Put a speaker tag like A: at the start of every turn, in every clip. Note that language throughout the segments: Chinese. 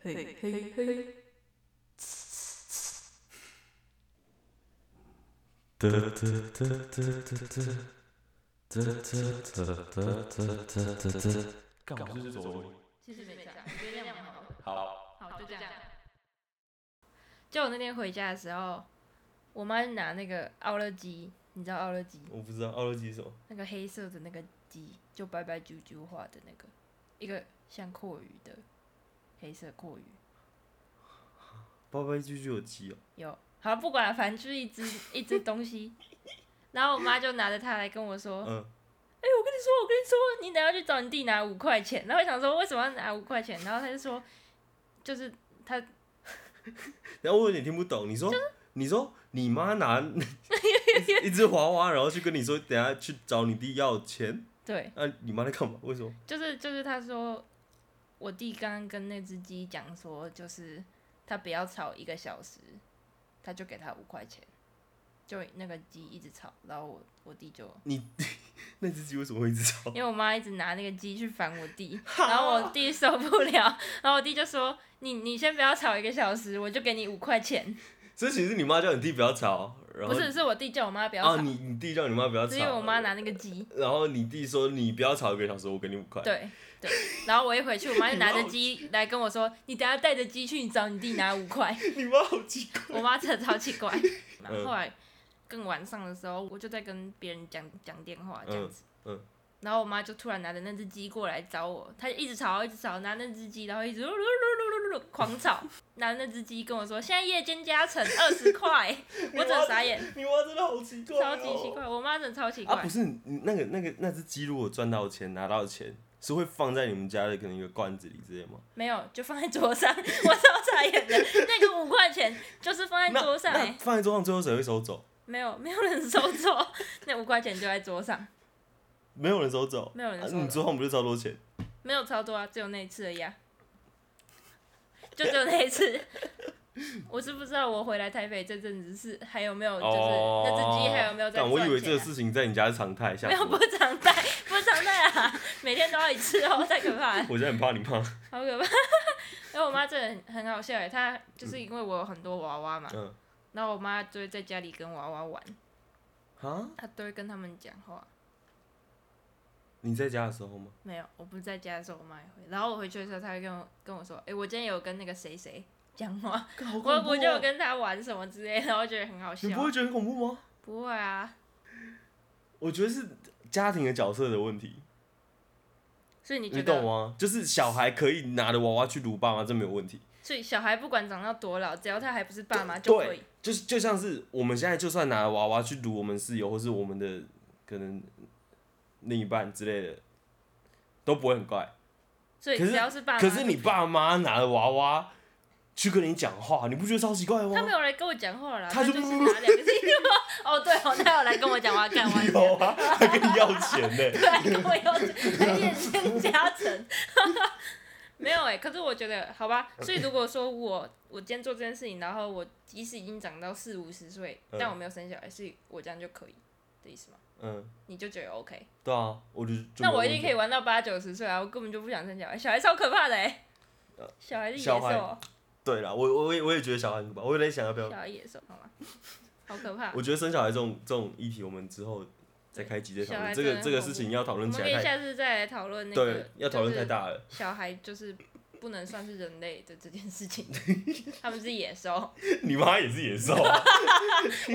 A: 嘿嘿嘿，
B: 哒哒哒哒哒哒哒哒哒哒哒哒哒。干嘛就是左右？
C: 其实没差，我觉得那样好了。
B: 好，
C: 好，就这样。就我那天回家的时候，我妈就拿那个奥乐鸡，你知道奥乐鸡
B: 我不知道奥乐鸡是什么。
C: 那个黑色的那个鸡，就白白啾啾画的那个，一个像阔鱼的黑色阔鱼，
B: 八八居居有鸡哦。
C: 有好不管了，反正就是 一只一只东西。然后我妈就拿着它来跟我说：“
B: 嗯，
C: 哎、我跟你说，我跟你说，你等下去找你弟拿五块钱。”然后我想说为什么要拿五块钱，然后她就说，就是她
B: 然后我有点听不懂，你说， 你说你妈 拿一只娃娃，然后去跟你说，等下去找你弟要钱，
C: 对，
B: 啊，你妈在干嘛？为什么？
C: 就是就是他说，我弟刚刚跟那只鸡讲说，就是他不要吵一个小时，他就给他五块钱，就那个鸡一直吵，然后我我弟就
B: 那只鸡为什么会一直吵？
C: 因为我妈一直拿那个鸡去烦我弟，然后我弟受不了，然后我弟就说你你先不要吵一个小时，我就给你五块钱，
B: 所以其实你妈叫你弟不要吵，然
C: 不
B: 后
C: 是是我弟叫我妈不要
B: 啊，
C: 吵，
B: 你你弟叫你妈不要
C: 是因为
B: 吵，
C: 我妈拿那个鸡，
B: 然后你弟说你不要吵一个小时，我给你五块。
C: 对对，然后我一回去，我妈就拿着鸡来跟我说，你等下带着鸡去找你弟拿五块。
B: 你妈好奇怪。
C: 我妈真的超奇 怪。然
B: 嗯
C: 后后来更晚上的时候，我就在跟别人讲讲电话这样子。
B: 嗯嗯
C: 然后我妈就突然拿着那只鸡过来找我，她就一直吵，一直吵，拿那只鸡，然后一直噜噜噜噜噜噜狂吵，拿那只鸡跟我说现在夜间加成二十块， 我整个傻眼，
B: 你妈真的好奇怪、哦
C: 超级奇。怪，我妈真的超奇
B: 啊，
C: 怪
B: 不，是你那个那个那只鸡，如果赚到钱拿到钱，是会放在你们家的可能一个罐子里之类吗？
C: 没有就放在桌上，我超傻眼的，那个五块钱就是放在
B: 那
C: 桌上、
B: 那
C: 欸，
B: 放在桌上最后谁会收走？
C: 没有没有人收走，那五块钱就在桌上。
B: 没有人收走，
C: 没有人收走
B: 啊、你桌上不是超多钱？
C: 没有超多啊，只有那一次而已啊，就只有那一次。 我是不知道我回来台北这阵子是还有没有，就是那只鸡还有没有在
B: 但
C: 赚
B: 哦我以为这
C: 钱
B: 个
C: 啊、
B: 事情在你家是常态，吓
C: 没
B: 死
C: 有
B: 我
C: 不！常带，不常带啊，每天都要一次哦，太可怕了，
B: 我现在很怕你 妈。
C: 好可怕。因为我妈真的很很好笑哎，她就是因为我有很多娃娃嘛，
B: 嗯，
C: 然后我妈就会在家里跟娃娃玩，
B: 啊，
C: 她都会跟他们讲话。
B: 你在家的时候吗？
C: 没有，我不在家的时候，我妈也会。然后我回去的时候，她会跟我跟我说：“哎、我今天有跟那个谁谁讲话。”
B: 好恐怖
C: 我
B: 哦
C: 我就有跟他玩什么之类的，然后觉得很好笑。
B: 你不会觉得很恐怖吗？
C: 不会啊，
B: 我觉得是家庭的角色的问题，
C: 所以你觉
B: 你懂
C: 得，
B: 吗？就是小孩可以拿着娃娃去撸爸妈，这没有问题。
C: 所以小孩不管长到多老，只要他还不是爸妈就可
B: 对
C: 以。，
B: 就是就像是我们现在就算拿娃娃去撸我们室友或是我们的可能另一半之类的，都不会很怪。
C: 所以
B: 可是
C: 只要是爸妈，
B: 可是你爸妈拿了娃娃去跟你讲话，你不觉得超奇怪
C: 他没
B: 吗？
C: 有来跟我讲话啦，
B: 他
C: 就
B: 就是
C: 拿 两个鸡肉。哦，对哦，他有来跟我讲话，干完
B: 有啊，还跟你要钱 呢、
C: 对，跟我有还眼线加成。 没有哎、可是我觉得好吧，所以如果说我我今天做这件事情，然后我即使已经长到四五十岁，
B: 嗯
C: 但我没有生小孩，所以我这样就可以的意思吗？
B: 嗯，你
C: 你就觉得 OK？
B: 对啊，我就就
C: 那我一
B: 没有
C: 定可以玩到八九十岁啊！我根本就不想生小孩，小孩超可怕的哎、小孩是野
B: 呃小孩
C: 兽，
B: 对啦，我我我也我也觉得小孩很棒，我也在想要不要
C: 小。孩野兽，好吗？好可 怕！
B: 我觉得生小孩这种这种议题，我们之后再开几节讨论。这
C: 小孩真的
B: 个
C: 很
B: 这个事情要讨
C: 我
B: 论
C: 们
B: 起
C: 可
B: 来
C: 以
B: 太
C: 下次再来讨论那个，
B: 对，要讨论太。大 了。
C: 小孩就是不能算是人类的这件事情， 他们是野兽，
B: 你妈也是野兽啊，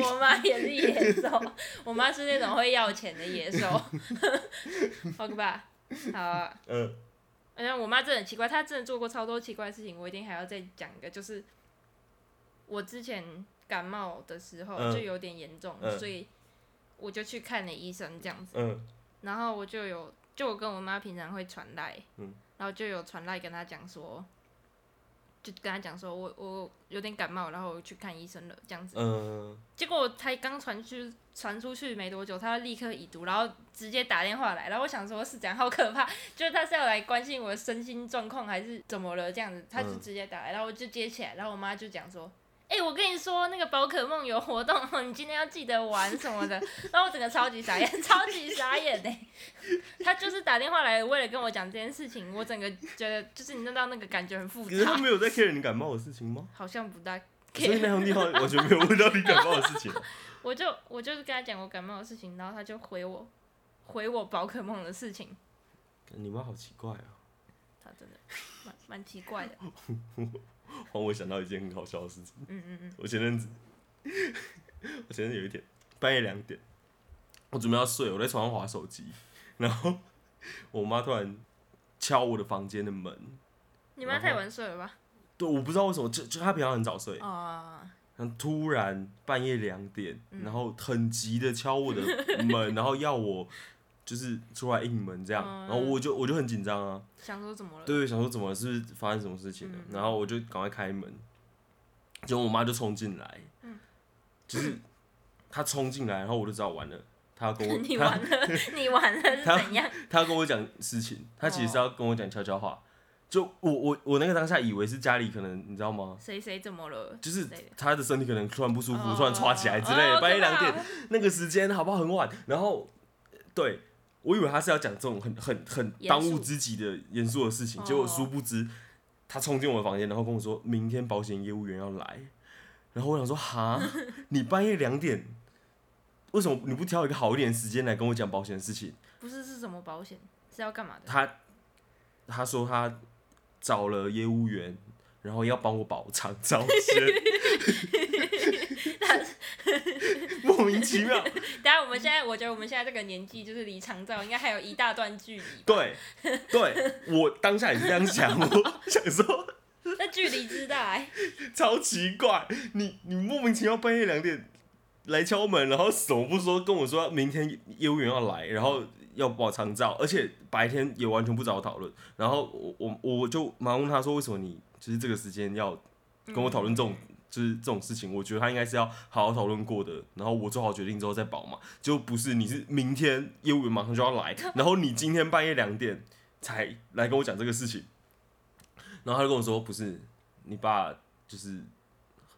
C: 我妈也是野 兽，我妈是那种会要钱的野兽， 好可怕。好、啊，
B: 嗯。
C: 而哎且我妈真的很奇怪，她真的做过超多奇怪的事情。我一定还要再讲一个，就是我之前感冒的时候
B: 嗯
C: 就有点严重，
B: 嗯
C: 所以我就去看了医生这样子。
B: 嗯
C: 然后我就有，就我跟我妈平常会传赖，
B: 嗯
C: 然后就有传赖跟她讲说，就跟她讲说我我有点感冒，然后我去看医生了这样子。
B: 嗯，
C: 结果我才刚传去传出去没多久，他立刻已读，然后直接打电话来，然后我想说是这样，好可怕，就是他是要来关心我的身心状况还是怎么了这样子，他就
B: 嗯
C: 直接打来，然后我就接起来，然后我妈就讲说，哎、哎、我跟你说，那个宝可梦有活动 哦，你今天要记得玩什么的。 然后我整个超级傻眼，超级傻眼呢、他就是打电话来，为了跟我讲这件事情，我整个觉得就是你知道那个感觉很复
B: 可 是他
C: 杂，
B: 没有在 care 你感冒的事情 吗？
C: 好像不大
B: 所以
C: care。
B: 那通电话完全没有问到你感冒的事情。
C: 我就我就是跟他讲我感冒的事情，然后他就回我回我宝可梦的事情，
B: 你妈好奇怪啊！
C: 他真的蛮蛮奇怪的。
B: 让我想到一件很好笑的事情。
C: 嗯嗯嗯，
B: 我前阵子， 我前阵子有一天半夜两点，我准备要睡，我在床上划手机，然后我妈突然敲我的房间的门。
C: 你妈太晚睡了吧？
B: 对，我不知道为什么，就就她平常很早睡，
C: 啊、
B: 然后突然半夜两点，然后很急的敲我的门，然后要我就是出来应门这样，
C: 嗯
B: 然后我就我就很紧张啊，
C: 想说怎么了？
B: 对，想说怎么了是不是发生什么事情了，
C: 嗯
B: 然后我就赶快开门，结果我妈就冲进来，
C: 嗯
B: 就是她冲进来，然后我就知道完了，她要跟我
C: 你
B: 她
C: 完了，你完了是
B: 他
C: 怎样？
B: 她要跟我讲事情，她其实
C: 哦
B: 是要跟我讲悄悄话，就我我我那个当下以为是家里可能你知道吗？
C: 谁谁怎么了？
B: 就是
C: 之类的
B: 他的身体可能突然不 舒服，
C: 哦
B: 突然抓起来之类
C: 哦
B: 的，
C: 好
B: 半夜
C: 可
B: 两
C: 怕
B: 点那个时间好不好？很晚。然后，呃对我以为他是要讲这种很很很
C: 严
B: 当
C: 肃
B: 务之急的严肃的事情，
C: 哦
B: 结果殊不知他冲进我的房间，然后跟我说明天保险业务员要来。然后我想说，哈， 你半夜两点，为什么你不挑一个好一点的时间来跟我讲保险的事情？
C: 不是是什么保险？是要干嘛的？
B: 他他说他找了业务员，然后要帮我保长照 险，莫名其妙。
C: 当然，我们现在我觉得我们现在这个年纪，就是离长照应该还有一大段距离。
B: 对，对我当下也是这样想，我想说
C: 那距离之大、欸，
B: 超奇怪，你你莫名其妙半夜两点来敲门，然后什么不说，跟我说明天业务员要来，然后要保长照，而且白天也完全不找我讨论，然后我我我就忙问他说，为什么你就是这个时间要跟我讨论这种。就是这种事情，我觉得他应该是要好好讨论过的，然后我做好决定之后再保嘛，就不是你是明天业务员马上就要来，然后你今天半夜两点才来跟我讲这个事情，然后他就跟我说，不是你爸就是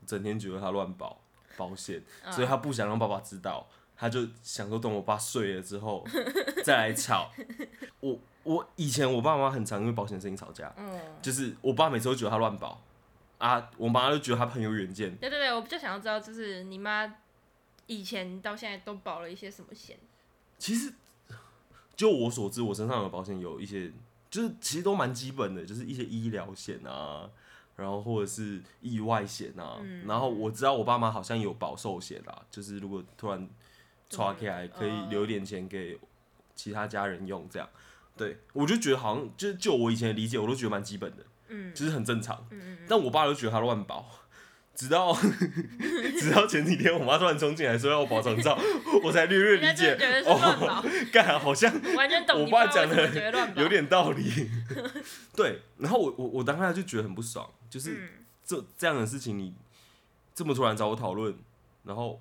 B: 整天觉得他乱保保险，
C: 嗯
B: 所以他不想让爸爸知道，他就想说等我爸睡了之后再来吵。我我以前我爸妈很常因为保险事情吵架，
C: 嗯，
B: 就是我爸每次都觉得他乱保啊，我妈就觉得他很有远见。
C: 对对对，我就想要知道，就是你妈以前到现在都保了一些什么险？
B: 其实就我所知，我身上的保险有一些，就是其实都蛮基本的，就是一些医疗险啊。然后或者是意外险啊，然后我知道我爸妈好像有保寿险啊，就是如果突然抓起来，可以留一点钱给其他家人用，这样。对，我就觉得好像就是就我以前的理解，我都觉得蛮基本的，
C: 嗯
B: 就是很正常。
C: 嗯嗯
B: 但我爸都觉得他乱保，直到 直到前几天我妈突然冲进来说要我保长照，我才略
C: 嗯，
B: 略
C: 应该
B: 理
C: 真 的
B: 解
C: 觉得是乱保，
B: 哦，干好像
C: 我完全懂
B: 我
C: 你
B: 爸
C: 为
B: 讲
C: 什
B: 得
C: 么觉得乱保，
B: 有点道 理。对，然后我我我当下就觉得很不爽，就是
C: 嗯，
B: 这这样的事情你这么突然找我讨论，然后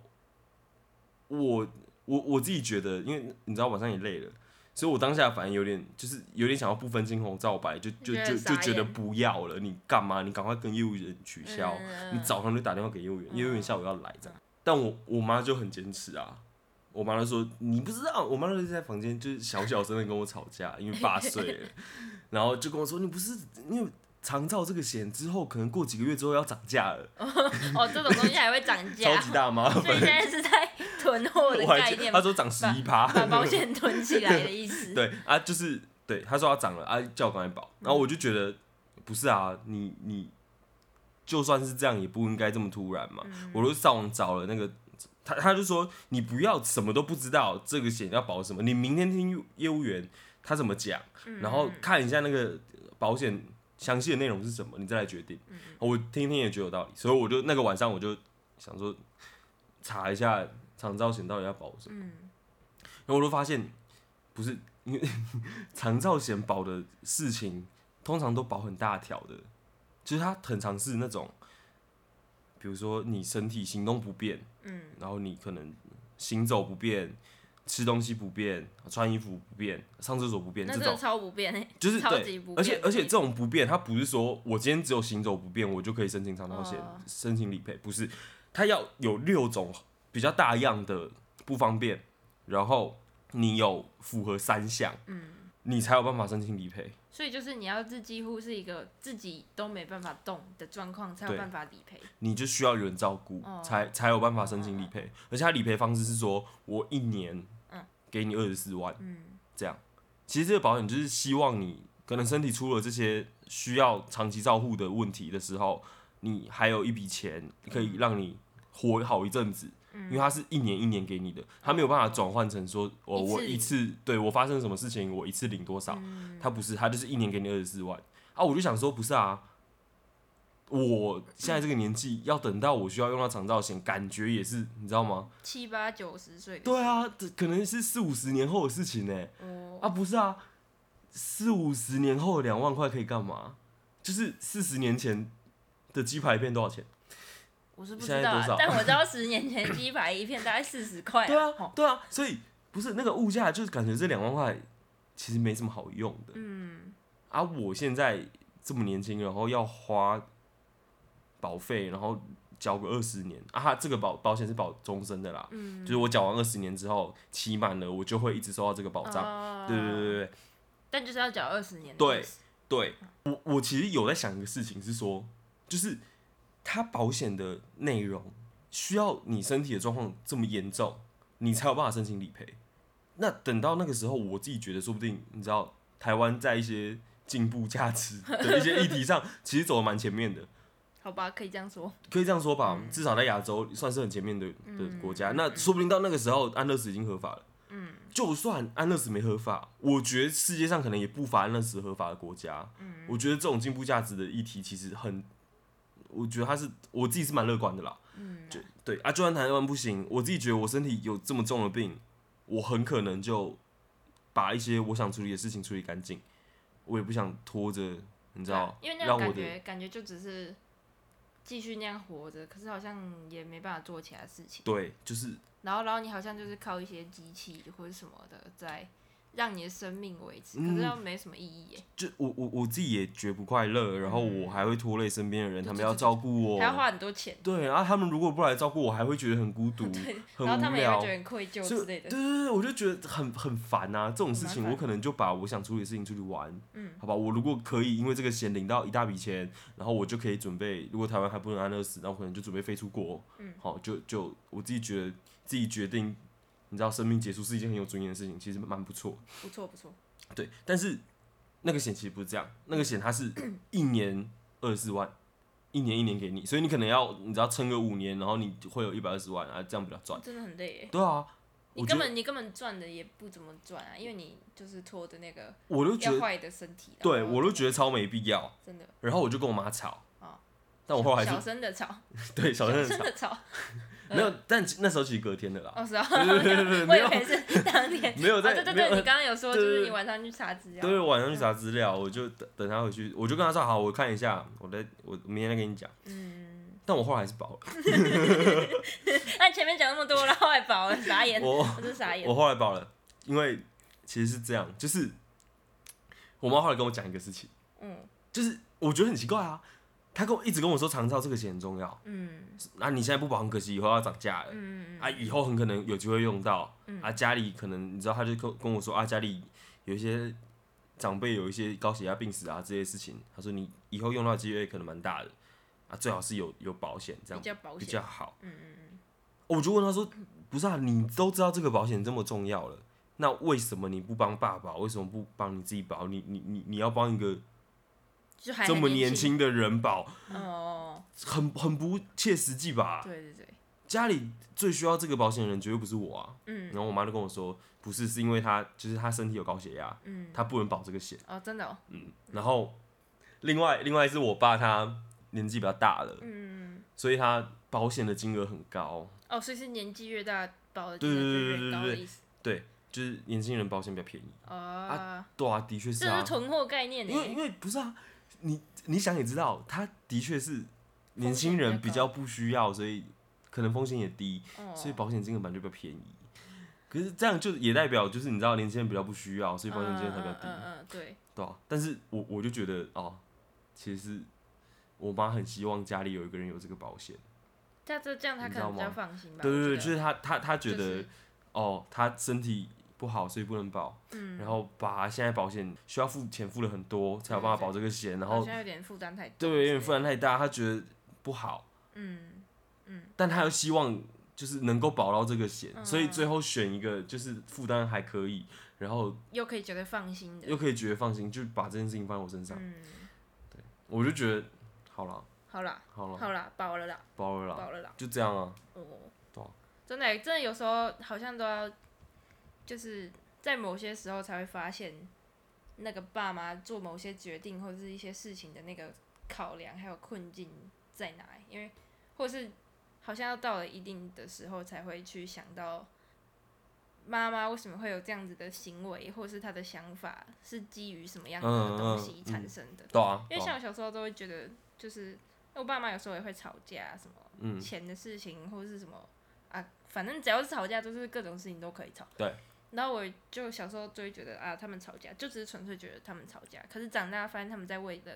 B: 我我我自己觉得，因为你知道晚上也累了，所以我当下反应有点就是有点想要不分青红皂白，就就
C: 你觉得
B: 就就
C: 傻眼
B: 觉得不要了，你干嘛？你赶快跟业务员取消，
C: 嗯
B: 你早上就打电话给业务员，
C: 嗯
B: 业务员下午要来这样。但我我妈就很坚持啊。我妈就说：“你不知道，我妈就是在房间就是小小声的跟我吵架， 因为爸睡了，然后就跟我说你不是因为长照这个险之后，可能过几个月之后要涨价了，
C: 哦，这种东西还会涨
B: 超
C: 价，
B: 级大麻
C: 所以
B: 烦。
C: 现在是在囤货的
B: 我还
C: 概
B: 记
C: 念
B: 他，说涨十一趴，
C: 把保险囤起来的意 思。
B: 对啊，就是对，他说他涨了啊，叫我赶紧保。
C: 嗯
B: 然后我就觉得不是啊，你你就算是这样，也不应该这么突然嘛。
C: 嗯
B: 我就上网找了那个，他他就说你不要什么都不知道，这个险要保什么，你明天听业务员他怎么讲，然后看一下那个保险详细的内容是什么，你再来决定。我听听也觉得有道理，所以我就那个晚上我就想说查一下长照险到底要保什么，
C: 嗯
B: 然后我就发现不是因为 长照险保的事情通常都保很大条的，就是它很常是那种，比如说你身体行动不便，
C: 嗯
B: 然后你可能行走不便，吃东西不便，穿衣服不便，上厕所不便，
C: 那
B: 这
C: 这个
B: 种
C: 超不便欸
B: 就是
C: 超级
B: 对
C: 不，
B: 而且
C: 便
B: 而且
C: 利
B: 这种不便，它不是说我今天只有行走不便，我就可以申请长照险、
C: 哦
B: 申请理赔，不是，它要有六种比较大样的不方便，然后你有符合三项，嗯，你才有办法申请理赔。
C: 所以就是你要是几乎是一个自己都没办法动的状况，才有
B: 对
C: 办法理赔。
B: 你就需要有人照顾，
C: 哦嗯
B: 才才有办法申请理赔。而且它理赔方式是说，我一年
C: 嗯
B: 给你二十四万，这样。其实这个保险就是希望你可能身体出了这些需要长期照护的问题的时候，你还有一笔钱可以让你活好一阵子。因为它是一年一年给你的，它没有办法转换成说，我
C: 一次
B: 我
C: 领
B: 一次对我发生什么事情，我一次领多少，它不是，它就是一年给你二十四万啊！我就想说，不是啊，我现在这个年纪，要等到我需要用到长照险，感觉也是，你知道吗？
C: 七八九十岁，
B: 对，啊，这可能是四五十年后的事情呢、
C: 哦，
B: 啊，不是啊，四五十年后的两万块可以干嘛？就是四十年前的鸡排片多少钱？
C: 我是不
B: 现在
C: 知道
B: 多
C: 啊
B: 少，
C: 但我 知道十年前鸡排一片大概四十块，哦
B: 对啊
C: 吼，
B: 对啊，所以不是那个物价，就是感觉这两万块其实没什么好用的。嗯，啊，我现在这么年轻，然后要花保费，然后缴个二十年啊，它这个保保险是保终身的啦。嗯，就是我缴完二十年之后，期满了，我就会一直收到这个保障。
C: 哦
B: 对对对对对。
C: 但就是要缴二十年的
B: 对
C: 意思，
B: 对我，我其实有在想一个事情，是说，就是它保险的内容需要你身体的状况这么严重，你才有办法申请理赔。那等到那个时候，我自己觉得，说不定你知道，台湾在一些进步价值的一些议题上，其实走的蛮前面的，
C: 好吧，可以这样说。
B: 可以这样说吧，
C: 嗯
B: 至少在亚洲算是很前面的的国家。那说不定到那个时候，安乐死已经合法了。嗯，就算安乐死没合法，我觉得世界上可能也不乏安乐死合法的国家。嗯，我觉得这种进步价值的议题其实很，我觉得它是我自己是蛮乐观的啦。嗯，就对啊，就算台湾不行，我自己觉得我身体有这么重的病，我很可能就把一些我想处理的事情处理干净，我也不想拖着，你知
C: 对啊
B: 道，
C: 因为那
B: 让
C: 种
B: 我
C: 感
B: 的
C: 觉感觉就只是继续那样活着，可是好像也没办法做其他事情。
B: 对，就是
C: 然后，然后你好像就是靠一些机器或者什么的在让你的生命维持，
B: 嗯
C: 可是又没什么意义耶，
B: 就我我我自己也觉不快乐，然后我还会拖累身边的人，
C: 嗯对
B: 他们
C: 对
B: 要
C: 对
B: 照顾
C: 还要
B: 我。
C: 花很多钱，、
B: 对，然后他们如果不来照顾我，还会觉得很孤独 很
C: 然后他
B: 无
C: 们也会
B: 聊
C: 觉。得很愧疚
B: 所以
C: 之类
B: 对对
C: 的。
B: 对，我就觉得很很烦啊！这种事情
C: 很麻烦
B: 我可能就把我想处理的事情出去玩，嗯，好吧。我如果可以因为这个钱领到一大笔钱，然后我就可以准备，如果台湾还不能安乐死，那我可能就准备飞出国，嗯，好，就就我自己觉得自己决定，你知道，生命结束是一件很有尊严的事情，其实蛮不错。
C: 不错不错，
B: 对，但是那个险其实不是这样，那个险它 是一年二十四万，一年一年给你，所以你可能要你只要撑个五年，然后你就会有一百二十万啊，这样比较赚。
C: 真的很累耶。
B: 对啊，
C: 你
B: 我觉
C: 根
B: 得
C: 本你根本赚的也不怎么赚啊，因为你就是拖着那个
B: 我都觉
C: 要
B: 得，
C: 坏的身体。
B: 对我都觉
C: 得
B: 得超没必要，
C: 真的，
B: 然后我就跟我妈吵
C: 哦，
B: 但我后来
C: 小
B: 还
C: 声的吵，
B: 是 对小
C: 小
B: 声的
C: 声
B: 吵，
C: 的吵，嗯
B: 没有，但其那时候其实隔天的啦，
C: 哦是啊，
B: 对对对对对，
C: 我
B: 没
C: 以
B: 有。
C: 为是当天。
B: 没有
C: 哦
B: 在
C: 对对
B: 没有
C: 对，你刚刚有说就
B: 对对
C: 是
B: 对
C: 你晚上去查资料。
B: 对，晚上去查资料，我就等等他回去，我就跟他说好，我看一下，我再我明天再跟你讲。
C: 嗯，
B: 但我后来还是保了，
C: 那你前面讲那么多，然后还保了，傻眼，
B: 我
C: 我真傻眼
B: 我。后来保了，因为其实是这样，就是我妈后来跟我讲一个事情，
C: 嗯
B: 就是我觉得很奇怪啊，她跟我一直跟我说长照这个钱很重要，
C: 嗯
B: 啊，你现在不保很可惜，以后要涨价了，
C: 嗯
B: 啊，以后很可能有机会用到，啊，家里可能你知道，她就跟跟我说啊，家里有一些长辈有一些高血压病史啊这些事情，她说你以后用到的机会可能蛮大的，啊，最好是有有保险这
C: 比
B: 样
C: 较保
B: 比
C: 险。
B: 较好。哦
C: 嗯嗯
B: 我就问他说：“不是啊，你都知道这个保险这么重要了，那为什么你不帮爸爸？为什么不帮你自己保？你你你你要帮一个
C: 嗯，就还
B: 这么
C: 很
B: 年
C: 年轻。
B: 轻的人保，
C: 哦，
B: 很很不切实际吧？
C: 对对对，
B: 家里最需要这个保险的人绝对不是我啊。”
C: 嗯
B: 然后我妈就跟我说：“不是，是因为她就是她身体有高血压，
C: 嗯，
B: 她不能保这个险。
C: 哦，真的哦，”
B: 然后另外另外是我爸他年纪比较大了，
C: 嗯，
B: 所以他保险的金额很高，
C: 哦，所以是年纪越大，保的
B: 对
C: 金额
B: 对对对
C: 是越
B: 对
C: 高
B: 对
C: 的意思。
B: 对，就是年轻人保险比较便宜。
C: 哦，
B: 对啊，的确是
C: 这
B: 啊。
C: 是囤货概念欸
B: 因为因
C: 呢。
B: 为不是啊，你你想也知道，他的确是年轻人比较不需要，所以可能风险也低，所以
C: 哦，
B: 保险金额本来就比较便宜。可是这样就也代表就是你知道年轻人比较不需要，所以房
C: 嗯
B: 间今天才比较
C: 嗯
B: 低，
C: 嗯嗯，对，
B: 对啊。但是我我就觉得哦，其实是我妈很希望家里有一个人有这个保险，
C: 他这这样他
B: 你
C: 可
B: 知道
C: 能比较
B: 吗
C: 放心吧。
B: 对对
C: 我
B: 对，
C: 觉
B: 就是她她她觉
C: 得
B: 得、
C: 就是
B: 哦，她身体不好，所以不能保，
C: 嗯，
B: 然后把现在保险需要付钱付了很多才有办法保这个险，然
C: 好
B: 后
C: 像有点负担太
B: 对
C: 重之类的，
B: 有点负担太大，她觉得不好，
C: 嗯嗯
B: 但她又希望就是能够保到这个险，
C: 嗯
B: 所以最后选一个就是负担还可以，然后
C: 又可以觉得放心的
B: 又，可以觉得放心，就把这件事情放在我身上，
C: 嗯，
B: 我就觉得好了
C: 好啦
B: 好了，
C: 好啦，饱了啦，
B: 包了啦，
C: 饱了啦，
B: 就这样啊，
C: 哦
B: 对啊，
C: 真的欸真的有时候好像都要，就是在某些时候才会发现，那个爸妈做某些决定或者是一些事情的那个考量还有困境在哪欸，因为或是好像要到了一定的时候才会去想到。妈妈为什么会有这样子的行为，或是她的想法是基于什么样子
B: 嗯
C: 的
B: 嗯
C: 东西
B: 嗯
C: 产生的？
B: 对啊，
C: 因
B: 对
C: 为
B: 啊
C: 像我小时候都会觉得，就是我爸妈有时候也会吵架，什么
B: 嗯
C: 钱的事情或者是什么啊，反正只要是吵架，就是各种事情都可以吵。
B: 对。
C: 然后我就小时候就会觉得啊，他们吵架就只是纯粹觉得他们吵架，可是长大发现他们在为了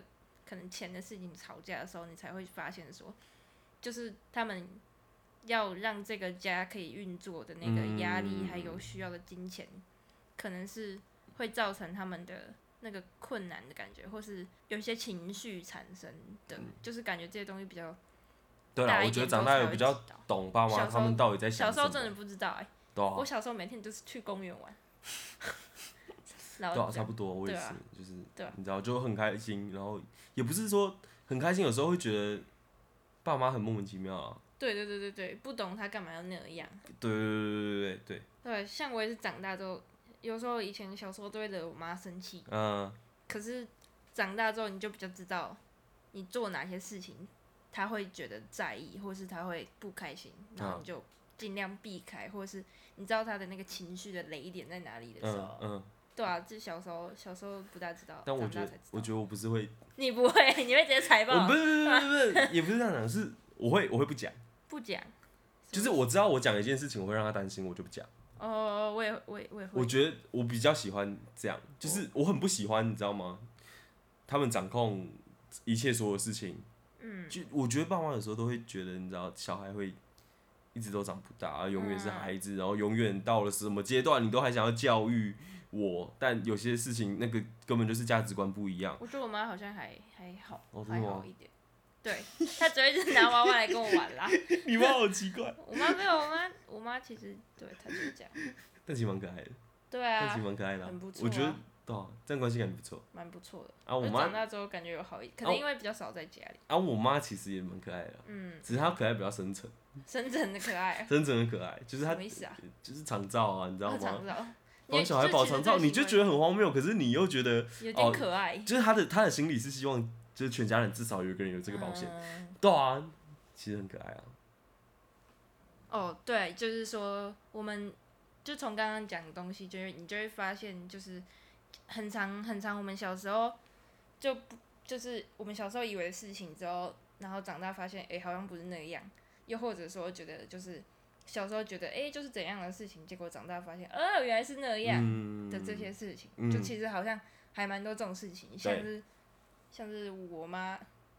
C: 可能钱的事情吵架的时候，你才会发现说，就是他们要让这个家可以运作的那个压力，
B: 嗯
C: 还有需要的金钱，可能是会造成他们的那个困难的感觉，或是有一些情绪产生的，就是感觉这些东西比较
B: 嗯对
C: 大
B: 啊，
C: 一
B: 我觉得长
C: 点之后
B: 大
C: 才
B: 有
C: 会
B: 比较
C: 知道
B: 懂爸
C: 小
B: 妈
C: 时
B: 他们
C: 候
B: 到底在想
C: 小时候
B: 什
C: 真的
B: 么，
C: 不知道哎、
B: 对啊
C: 我，小时候每天就是去公园 玩，然
B: 对
C: 后
B: 啊，差不多，我也
C: 对
B: 是
C: 啊，
B: 就是
C: 对啊
B: 你知道，就很开心，然后也不是说很开心，有时候会觉得爸妈很莫名其妙啊，
C: 对对对对对，不懂他干嘛要那样。
B: 对对对对对对，
C: 对，像我也是长大之后，有时候以前小时候都会惹我妈生气，
B: 嗯，
C: 可是长大之后你就比较知道你做哪些事情，他会觉得在意，或是他会不开心，然后
B: 嗯
C: 你就尽量避开，或是你知道他的那个情绪的雷点在哪里的时候，
B: 嗯嗯，
C: 对啊，这小时候小时候不大知道，
B: 但我
C: 长
B: 觉
C: 大
B: 得
C: 才知
B: 我
C: 道。
B: 觉得我不是会，
C: 你不会， 你会直接踩爆，
B: 我不是不是不是 也不是这样讲，是我会我会不讲，
C: 不讲，
B: 就是我知道我讲一件事情我会让他担心，我就不讲。
C: 哦，我也我也我也会，
B: 我觉得我比较喜欢这样，就是我很不喜欢，你知道吗？他们掌控一切所有事情。嗯，就我觉得爸妈有时候都会觉得，你知道，小孩会一直都长不大，啊永远是
C: 嗯
B: 孩子，然后永远到了什么阶段，你都还想要教育我，但有些事情那个根本就是价值观不一 样。
C: 我觉得我妈好像还还好，
B: 哦真
C: 还
B: 的吗
C: 好一点。对，她只会就是拿娃娃来跟我 玩啦。
B: 你妈好奇怪，
C: 我妈没有，我妈我妈其实对她就是这样。
B: 但其实蛮可爱的，
C: 对
B: 但其
C: 啊
B: 实，蛮可爱的啊、
C: 很不错啊
B: 我觉得对啊、这样关系感不错
C: 蛮不错的。
B: 啊。我
C: 就
B: 妈
C: 长大之后感觉有好一，
B: 啊
C: 可能
B: 我
C: 因为比较少在家里。
B: 啊，我妈其实也蛮可爱的啊，
C: 嗯，
B: 只是她可爱比较深沉，
C: 深圳的可 爱，
B: 深沉很可爱，就是她
C: 什么意思啊？
B: 就是长照啊，你知道
C: 我常
B: 吗？
C: 知道，
B: 帮小孩保长照，你就觉
C: 得
B: 得哦很荒谬，可是你又觉得，
C: 有点可爱，
B: 就是他的他的心里是希望，就是全家人至少有一个人有这个保险，
C: 嗯
B: 对啊，其实很可爱啊，
C: 哦，对，就是说，我们就从刚刚讲的东西，就是你就会发现，就是很长很长，我们小时候就不就是我们小时候以为的事情之后，然后长大发现，哎，好像不是那样，又或者说觉得就是小时候觉得，哎，就是怎样的事情，结果长大发现，哦，原来是那样
B: 嗯
C: 的这些事情，
B: 嗯
C: 就其实好像还蛮多这种事情，像
B: 对
C: 是像是我妈。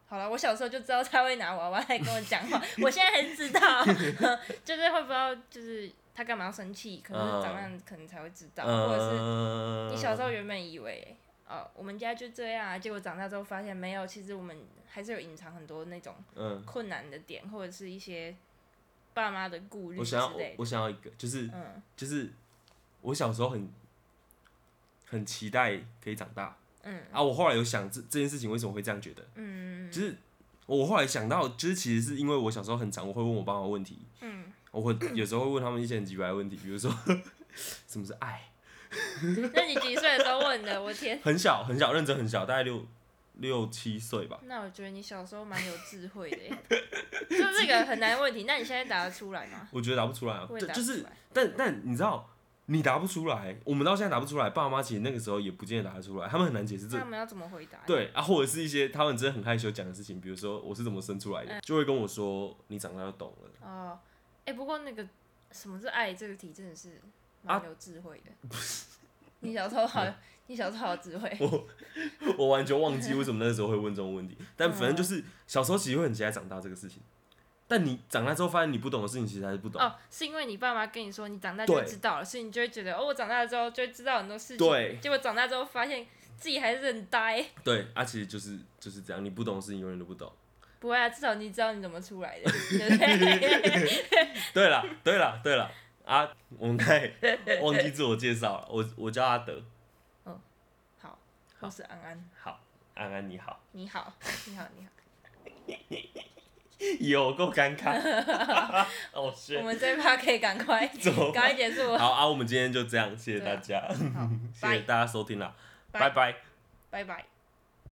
C: 好了，我小时候就知道她会拿娃娃来跟我讲话，我现在还是知道， 就是会不知道，就是她干嘛要生气，可能是长大可能才会知道，啊或者是
B: 嗯，
C: 你小时候原本以为，哦，我们家就这样啊，结果长大之后发现没有，其实我们还是有隐藏很多那种
B: 嗯，
C: 困难的点，或者是一些爸妈的顾虑
B: 我
C: 之
B: 想要我
C: 类的。
B: 我想要一个，就是
C: 嗯
B: 就是我小时候很很期待可以长大
C: 嗯
B: 啊，我后来有想这这件事情为什么会这样觉得，
C: 嗯
B: 就是我后来想到，就是其实是因为我小时候很长，我会问我爸妈问题，
C: 嗯，
B: 我会有时候会问他们一些很奇怪的问题，比如说什么是爱，
C: 那你几岁的时候问的？我天，
B: 很小很小，认真很小，大概六六七岁吧。
C: 那我觉得你小时候蛮有智慧的耶，就这个很难的问题。那你现在答得出来吗？
B: 我觉得答不出来啊，
C: 我也
B: 对
C: 答
B: 就
C: 不出
B: 是，
C: 来。
B: 但但你知道，你答不出来，我们到现在答不出来，爸妈其实那个时候也不见得答得出来，他们很难解释这
C: 那我们要怎么回答？，
B: 对啊，或者是一些他们真的很害羞讲的事情，比如说我是怎么生出来
C: 嗯
B: 的，就会跟我说你长大就懂了。
C: 哦，哎、不过那个什么是爱这个题真的是
B: 啊
C: 蛮有智慧的。你小时候
B: 嗯
C: 好，你小时候好有智慧。
B: 我完全忘记为什么那时候会问这种问题，但反正就是小时候其实会很期待长大这个事情，但你长大之后发现你不懂的事情其实还是不懂。
C: 哦，是因为你爸妈跟你说你长大就会
B: 对
C: 知道了，所以你就会觉得哦，我长大之后就会知道很多事情。
B: 对
C: 结果长大之后发现自己还是很呆。
B: 对，啊，其实就是就是这样，你不懂的事情永远都不懂。
C: 不会啊，至少你知道你怎么 出来的，对不对？
B: 对啦，对啦，对啦，啊，我们刚才忘记自我介绍了，我我叫阿德，
C: 好，我是安安，
B: 好，安安你好，
C: 你好，你好，你好。
B: 有够尴尬，哦
C: 我
B: 是，
C: 们这一趴可以赶快
B: 怎么
C: 赶快结束了，
B: 好 啊，我们今天就这样，谢谢大家，
C: 好，
B: 谢谢
C: 拜
B: 大家收听啦，
C: 拜
B: 拜拜
C: 拜拜。